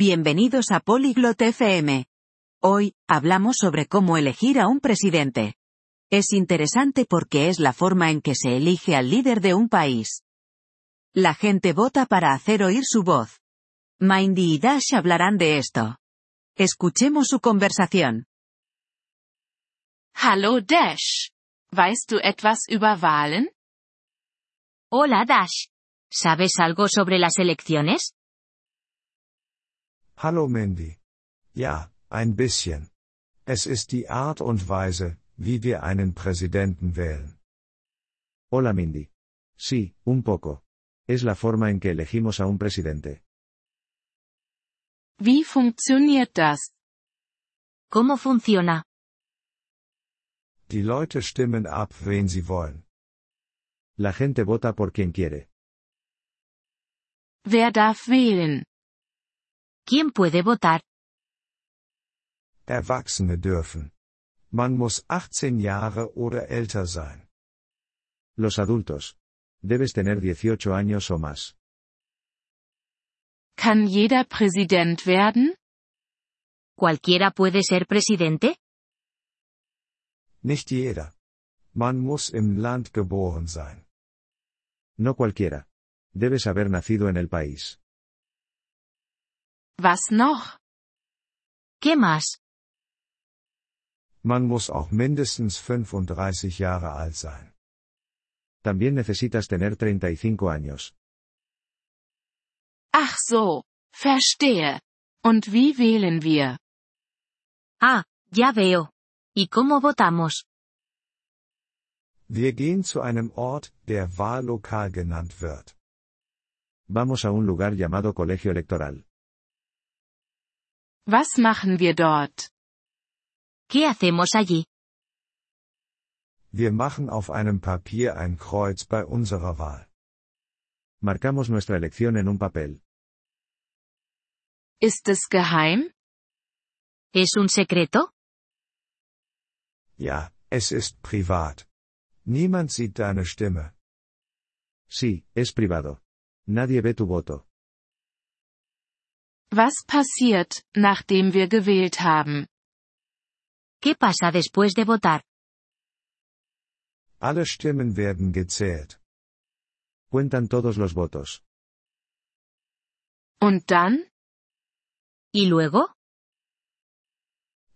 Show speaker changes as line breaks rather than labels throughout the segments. Bienvenidos a Polyglot FM. Hoy, hablamos sobre cómo elegir a un presidente. Es interesante porque es la forma en que se elige al líder de un país. La gente vota para hacer oír su voz. Mindy y Dash hablarán de esto. Escuchemos su conversación.
Hallo Dash. Weißt du etwas über Wahlen?
Hola Dash. ¿Sabes algo sobre las elecciones?
Hallo Mandy. Ja, ein bisschen. Es ist die Art und Weise, wie wir einen Präsidenten wählen.
Hola Mindy. Sí, un poco. Es la forma en que elegimos a un presidente.
Wie funktioniert das?
¿Cómo funciona?
Die Leute stimmen ab, wen sie wollen.
La gente vota por quien quiere.
Wer darf wählen?
¿Quién puede votar?
Erwachsene dürfen. Man muss 18 Jahre oder älter sein.
Los adultos. Debes tener 18 años o más.
Kann jeder Präsident werden?
¿Cualquiera puede ser presidente?
Nicht jeder. Man muss im Land geboren sein.
No cualquiera. Debes haber nacido en el país.
Was noch?
¿Qué más?
Man muss auch mindestens 35 Jahre alt sein.
También necesitas tener 35 años.
Ach so, verstehe. Und wie wählen wir?
Ah, ya veo. ¿Y cómo votamos?
Wir gehen zu einem Ort, der Wahllokal genannt wird.
Vamos a un lugar llamado colegio electoral.
Was machen wir dort?
¿Qué hacemos allí?
Wir machen auf einem Papier ein Kreuz bei unserer Wahl.
Marcamos nuestra elección en un papel.
Ist es geheim?
¿Es un secreto?
Ja, es ist privat. Niemand sieht deine Stimme.
Sí, es privado. Nadie ve tu voto.
Was passiert, nachdem wir gewählt haben?
¿Qué pasa después de votar?
Alle Stimmen werden gezählt.
Cuentan todos los votos.
Und dann?
¿Y luego?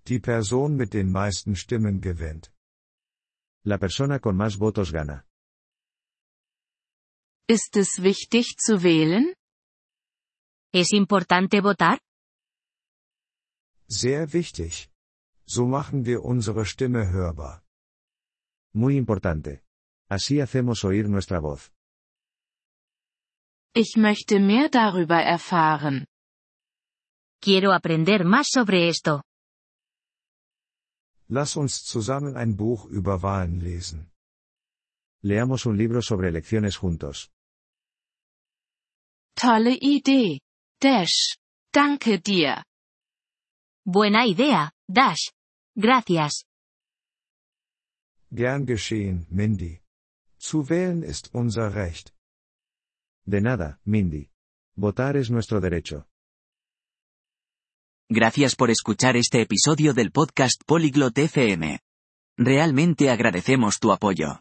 Die Person mit den meisten Stimmen gewinnt.
La persona con más votos gana.
Ist es wichtig zu wählen?
¿Es importante votar?
Sehr wichtig. So machen wir unsere Stimme hörbar.
Muy importante. Así hacemos oír nuestra voz.
Ich möchte mehr darüber erfahren.
Quiero aprender más sobre esto.
Lass uns zusammen ein Buch über Wahlen lesen.
Leamos un libro sobre elecciones juntos.
Tolle Idee. Dash. Danke dir.
Buena idea, Dash. Gracias.
Gern geschehen, Mindy. Zu wählen ist unser Recht.
De nada, Mindy. Votar es nuestro derecho.
Gracias por escuchar este episodio del podcast Polyglot FM. Realmente agradecemos tu apoyo.